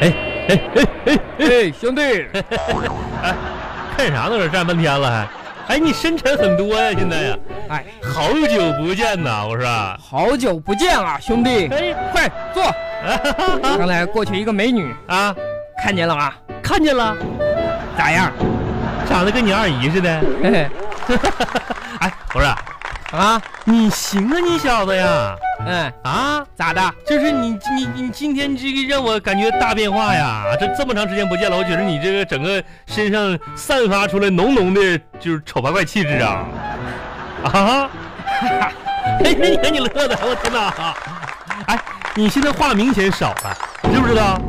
嘿嘿嘿 哎，兄弟，看啥呢？这站半天了还？哎，你深沉很多呀，现在呀，哎，好久不见呐，我说。好久不见了，兄弟，哎，快坐。啊哈哈哈刚才过去一个美女， 啊，看见了吗？看见了，咋样？长得跟你二姨似的。嘿嘿，哎，不是， 啊，你行啊，你小子呀，嗯，啊，咋的？就是你你你今天这个让我感觉大变化呀，这这么长时间不见了，我觉得你这个整个身上散发出来浓浓的就是丑八怪气质啊，啊 哈，哎，那你看你乐的，我天哪，哎，你现在话明显少了，知不知道？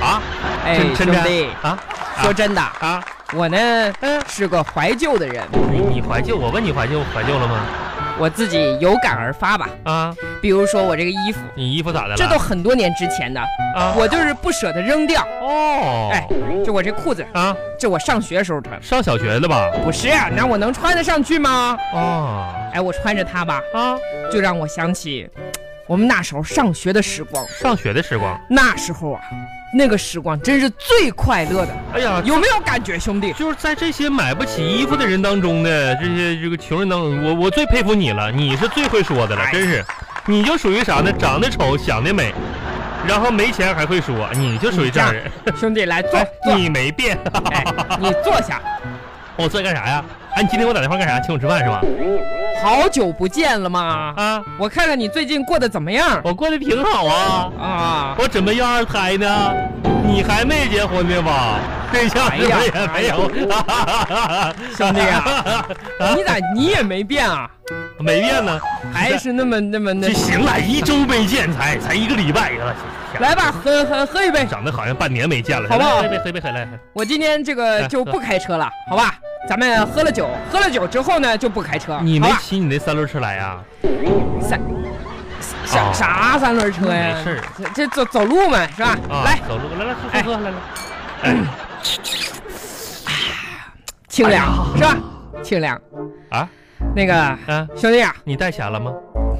啊，哎，真兄真的弟，啊说真的，啊，我呢嗯、是个怀旧的人，你你怀旧？我问你怀旧怀旧了吗？我自己有感而发吧。啊，比如说我这个衣服，你衣服咋的了？这都很多年之前的，啊，我就是不舍得扔掉。哦，哎，就我这裤子，啊，这我上学时候穿。上小学了吧？不是，啊那我能穿得上去吗？哦，哎，我穿着它吧，啊，就让我想起我们那时候上学的时光。上学的时光。那时候啊，那个时光真是最快乐 的，哎呀，有没有感觉，兄 弟？就是在这些买不起衣服的人当中的这些这个穷人当中，我我最佩服你了，你是最会说的了，哎真是，你就属于啥呢？长得丑，想得美，然后没钱还会说，你就属于这样人。兄弟，来坐哎，坐，你没变， 哎，你坐下。我坐这干啥呀？哎，你今天给我打电话干啥？请我吃饭是吧？好久不见了嘛，啊，我看看你最近过得怎么样我过得挺好啊，啊？我准备要二胎呢，你还没结婚呢吧？对象是不是也没有？哎 兄弟啊，你咋你也没变啊？没变呢，还是 那么那么那就？行了，一周没见才才一个礼拜了，哎来吧，喝喝喝一杯。长得好像半年没见了，好不好来来来喝一杯，喝一杯，喝一杯我今天 这个就不开车了，好吧？咱们喝了酒，喝了酒之后呢就不开车。你好没吧骑你那三轮车来啊呀？三啥哦啥三轮车呀？没事儿这这走走路嘛，是吧？啊，来，走路，来来喝哎喝喝，来来，清凉、哎呀是吧？清凉啊。那个啊，兄弟啊，你带钱了吗？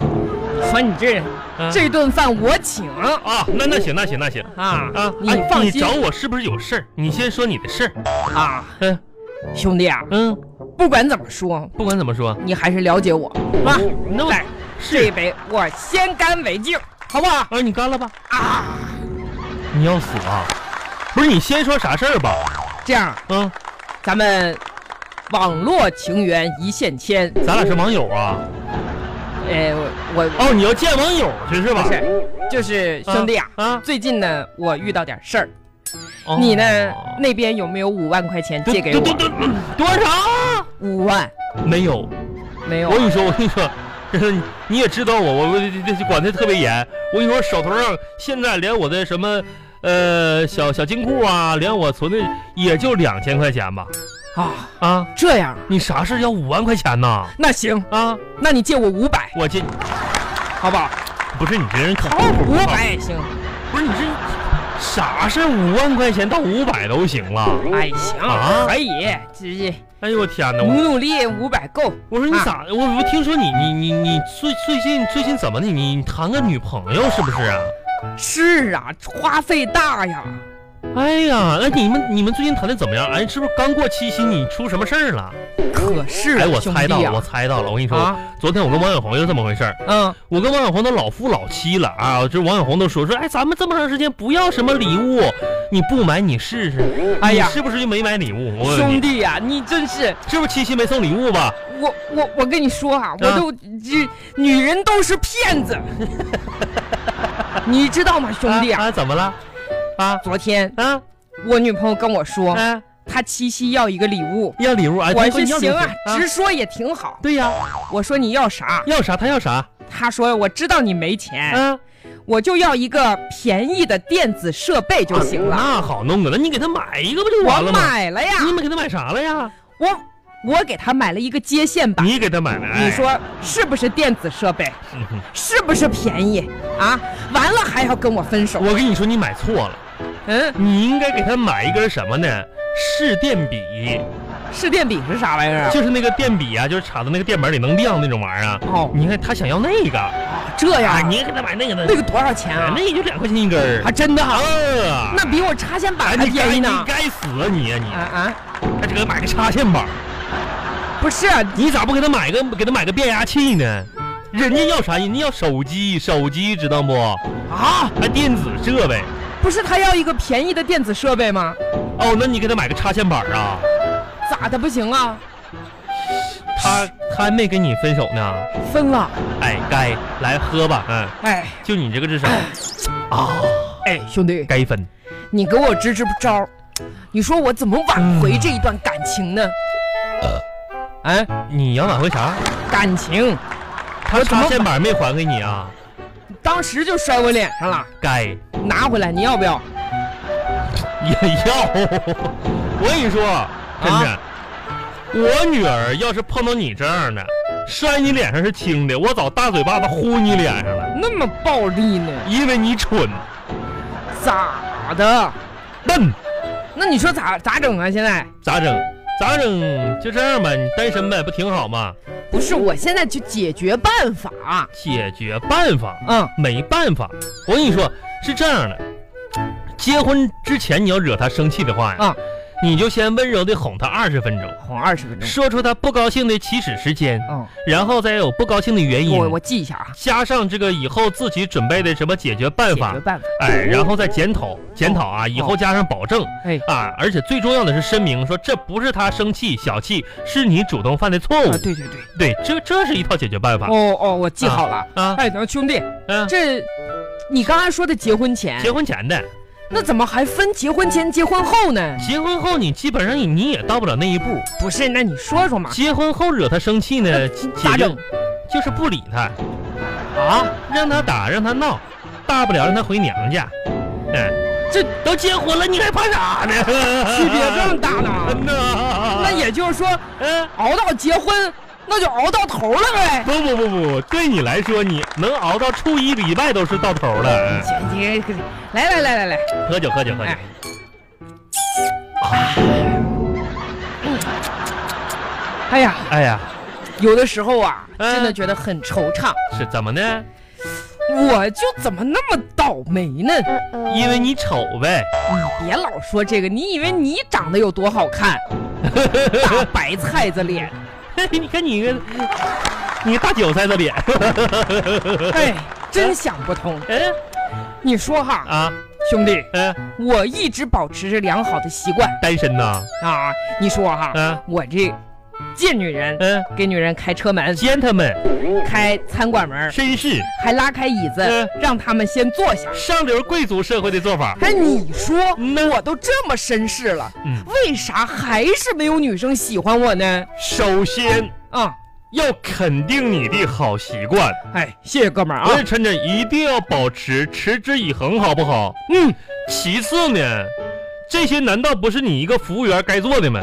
你说你这人啊这顿饭我请啊，那那行那行那行啊啊，你哎放你心找我是不是有事儿？你先说你的事儿。啊，嗯兄弟啊，嗯，不管怎么说，不管怎么说，你还是了解我啊。哦那我来，这一杯我先干为敬，好不好？啊，你干了吧？啊，你要死啊？不是，你先说啥事儿吧？这样嗯，咱们网络情缘一线牵。咱俩是网友啊？呃，我我哦，你要见网友去是吧？不是，就是兄弟啊，啊，最近呢我遇到点事儿，哦你呢那边有没有五万块钱借给多我？多多嗯多少？五万没有，啊没有啊我跟你说，我跟你说， 你你也知道我，我我这这这管的特别严。我跟你说，手头上现在连我的什么，呃，小小金库啊，连我存的也就两千块钱吧。啊？啊，这样啊，你啥事儿要五万块钱呢？那行，啊，那你借我五百我这好不好？不是你这人靠谱不五靠谱啊百也行，不是你这啥事儿五万块钱到五百都行了。哎行啊可以，这哎呦我天哪！努我努力五百够。我说你咋？我我听说你你你你最最近最近怎么的？你你谈个女朋友是不是啊？是啊，花费大呀。哎呀，那你们你们最近谈的怎么样？哎，是不是刚过七夕，你出什么事儿了？可是啊哎，我兄猜到弟了，啊我猜到了。我跟你说，啊，昨天我跟王小红就是这么回事儿。嗯，我跟王小红都老夫老妻了啊，这王小红都说说，哎，咱们这么长时间不要什么礼物，你不买你试试。哎呀你是不是就没买礼物？我问兄你，弟呀、啊你真是是不是七夕没送礼物吧？我我我跟你说啊，我都这女人都是 骗子，你知道吗，兄弟哦啊啊？啊，怎么了？啊昨天啊，我女朋友跟我说，哎，她七夕要一个礼物，要礼物啊？我对说你要礼行物啊，直说也挺好。对呀，我说你要啥？要啥他要啥。她说我知道你没钱，啊，我就要一个便宜的电子设备就行了。那好弄啊，那你给他买一个不就完我了吗？买了呀，你们给他买啥了呀？我我给她买了一个接线板。你给他买了？哎你，说是不是电子设备？嗯哼是不是便宜啊？完了还要跟我分手？我跟你说，你买错了，嗯，你应该给他买一根什么呢？试电笔，是电笔是啥玩意儿啊？就是那个电笔啊，就是插到那个电板里能亮那种玩意儿啊。哦，你看他想要那个，这啊，样，你也给他买那个的，哎那个多少钱啊那？也就两块钱一根儿啊，。真的啊，啊，那比我插线哎板还你该便宜你呢。该死啊你啊啊你！啊，还这个买个插线板儿，不是，啊你咋不给他买个给他买个变压器呢？人家要啥？人家要手机，手机知道不？啊，还电子设备。不是他要一个便宜的电子设备吗？哦，那你给他买个插线板儿啊？咋的不行啊？他他还没跟你分手呢。分了，哎，该来喝吧，嗯，哎就你这个智商啊，哎，兄弟，该分。你给我支支招儿，你说我怎么嗯挽回这一段感情呢？哎，你要挽回啥？感情，他插线板没还给你啊？当时就摔我脸上了，该拿回来你要不要？也要。我跟你说，真的，我女儿要是碰到你这样的，摔你脸上是轻的，我早大嘴巴子呼你脸上了，那么暴力呢？因为你蠢咋的？笨，那你说咋咋整啊？现在咋整？咋整？就这样吧，你单身呗，不挺好吗？不是，我现在就解决办法。解决办法。嗯，没办法，我跟你说是这样的，结婚之前你要惹他生气的话呀，啊你就先温柔的哄他二十分钟，哄二十分钟。说出他不高兴的起始时间，嗯，然后再有不高兴的原因，我我记一下啊，加上这个以后自己准备的什么解决办解法决，办法。哎，然后再检讨检讨啊，以后加上保证。哎啊，而且最重要的是声明说，这不是他生气小气，是你主动犯的错误啊，。对对对，对，这这是一套解决哦办法哦哦，我记好了。啊。哎，等兄弟，嗯，这你刚才说的结婚前，结婚前的，那怎么还分结婚前、结婚后呢？结婚后你基本上你你也到不了那一步。不是，那你说说嘛，结婚后惹他生气 呢，解咋决整就是不理他啊，让他打，让他闹，大不了让他回娘家。嗯，这都结婚了，你还怕啥呢？ 区别 这么大嗯呢？呐，那也就是说，嗯，熬到结婚，那就熬到头了呗。不不不不，对你来说，你能熬到初一礼拜都是到头了。姐姐，来来来来来，嗯喝酒喝酒喝酒嗯哎，哎呀，哎呀，有的时候啊，嗯真的觉得很惆怅，是怎么呢？我就怎么那么倒霉呢？呃因为你丑呗。 你别老说这个，你以为你长得有多好看？大白菜子脸，你看你 个，你个大韭菜的脸。哎，真想不通。嗯你说哈， 啊，兄弟，嗯、我一直保持着良好的习惯单身呐，啊。你说哈，嗯、我这见女人嗯、给女人开车门， gentlemen，开餐馆门，绅士，还拉开椅子嗯让他们先坐下。上流贵族社会的做法。哎，你说那我都这么绅士了，嗯，为啥还是没有女生喜欢我呢？首先啊，要肯定你的好习惯，哎，谢谢哥们儿我啊也。趁着一定要保持，持之以恒，好不好？嗯，其次呢，这些难道不是你一个服务员该做的吗？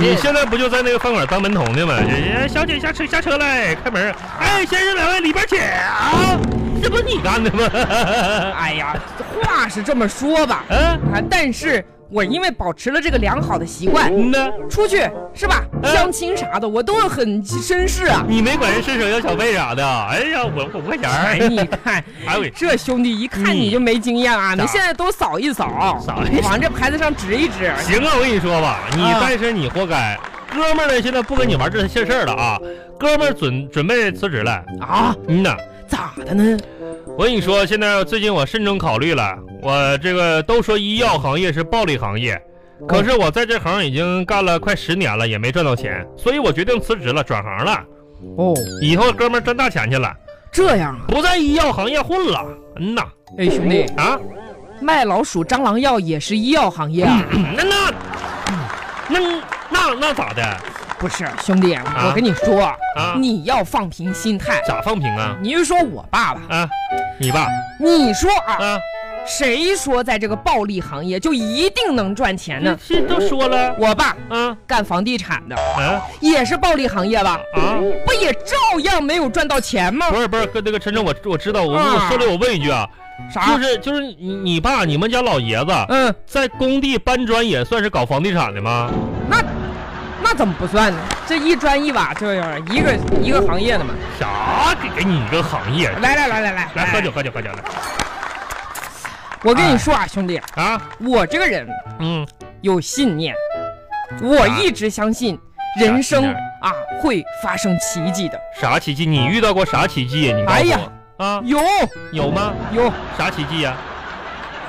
你嗯现在不就在那个饭馆当门童的吗？哎小姐下车下车来，开门！哎，先生两位里边请啊！这不是你干的吗？ 哎呀，话是这么说吧，啊，啊，但是我因为保持了这个良好的习惯，嗯呐，出去是吧？嗯相亲啥的，我都很绅士啊。你没管人伸手要小费啥的？哎呀，我我五块钱哎，儿，你看哎喂，这兄弟，一看你你就没经验啊！咋嗯你现在都扫一扫，扫一扫往这牌子上指一指。 行啊，我跟你说吧，你啊单身你活该。哥们儿呢，现在不跟你玩这些事儿了啊！哥们儿准准备辞职了。啊，嗯呐，咋的呢？我跟你说，现在最近我慎重考虑了，我这个都说医药行业是暴利行业，可是我在这行已经干了快十年了，也没赚到钱，所以我决定辞职了，转行了。哦，以后哥们儿赚大钱去了，这样啊，不在医药行业混了。嗯呐，哎，兄弟，啊，卖老鼠蟑螂药也是医药行业啊？嗯那那那那那咋的不是，兄弟，我跟你说，啊？你要放平心态。咋放平啊？你是说我爸爸？啊，你爸你说啊，啊，谁说在这个暴利行业就一定能赚钱那呢？这都说了，我爸啊干房地产的，啊也是暴利行业吧？啊！不也照样没有赚到钱吗？不是不是，哥那个陈总，我我知道，我我啊说了，我问一句啊，啥就？是就是你你爸你们家老爷子嗯，在工地搬砖也算是搞房地产的吗？那那怎么不算呢？这一砖一瓦就是一个一个行业的嘛。啥给给你一个行业？来来来来来哎来喝酒，喝酒喝酒来我跟你说啊，兄弟，啊！我这个人嗯，有信念，我一直相信人生啊会发生奇迹的。啥奇迹？你遇到过啥奇迹呀？你告诉我哎呀啊，有有吗？有，啥奇迹呀？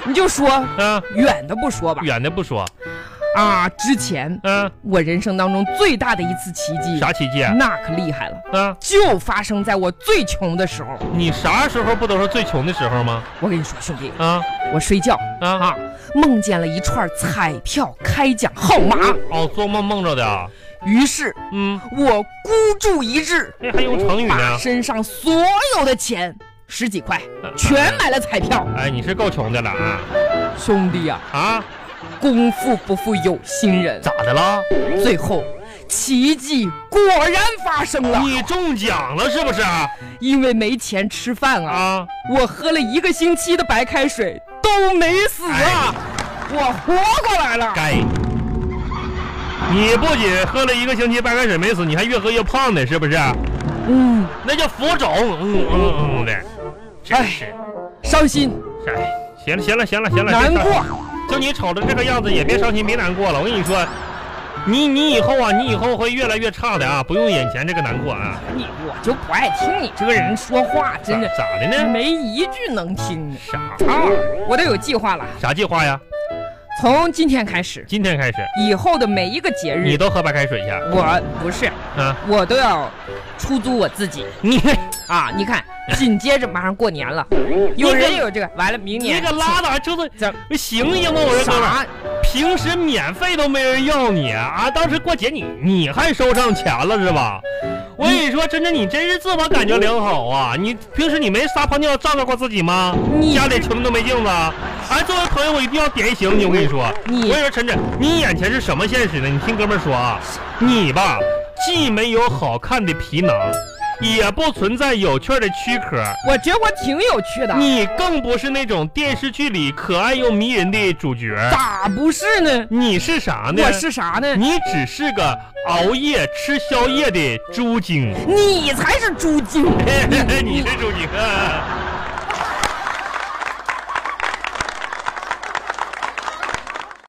你就说啊，远的不说吧，远的不说，啊，之前嗯，我人生当中最大的一次奇迹，啥奇迹啊？那可厉害了，啊，就发生在我最穷的时候。你啥时候不都是最穷的时候吗？我跟你说，兄弟，啊我睡觉啊啊，梦见了一串彩票开奖号码，哦，做梦梦着的啊，于是嗯，我孤注一掷，这还用成语把呢？身上所有的钱十几块嗯全买了彩票。哎，你是够穷的了啊兄弟呀、啊！功夫不负有心人，咋的了？最后奇迹果然发生了。你中奖了是不是？因为没钱吃饭啊，啊，我喝了一个星期的白开水都没死啊，哎我活过来了。该。你不仅喝了一个星期白开水没死，你还越喝越胖呢，是不是？嗯，那叫浮肿，嗯嗯嗯的。真是，伤心哎，行了行了行了行了，难别过，就你瞅着这个样子，也别伤心，别难过了。我跟你说，你你以后啊，你以后会越来越差的啊，不用眼前这个难过啊。你我就不爱听你这个人说话，真咋是咋的呢？没一句能听的。啥啊，我都有计划了，啥计划呀？从今天开始，今天开始，以后的每一个节你日，都喝白开水去我不是啊？ 我都要出租我自己你啊！你看，紧接着马上过年 了，有人有这个，完了明你年个拉倒，就是怎行行吗？我这哥们儿，啥？平时免费都没人要你啊，当时过节你你还收上钱了是吧？我跟你说，真的，你真是自我感觉良好啊！你平时你没撒泡尿照照过自己吗？你家里穷都没镜子啊。哎，作为朋友，我一定要点醒你。我跟你说，你我跟你说，晨晨，你眼前是什么现实呢？你听哥们儿说啊，你吧，既没有好看的皮囊，也不存在有趣儿的躯壳，我觉得我挺有趣的，你更不是那种电视剧里可爱又迷人的主角。咋不是呢？你是啥呢？我是啥呢？你只是个熬夜吃宵夜的猪精。 你才是猪精！嘿嘿嘿， 你你是猪精啊！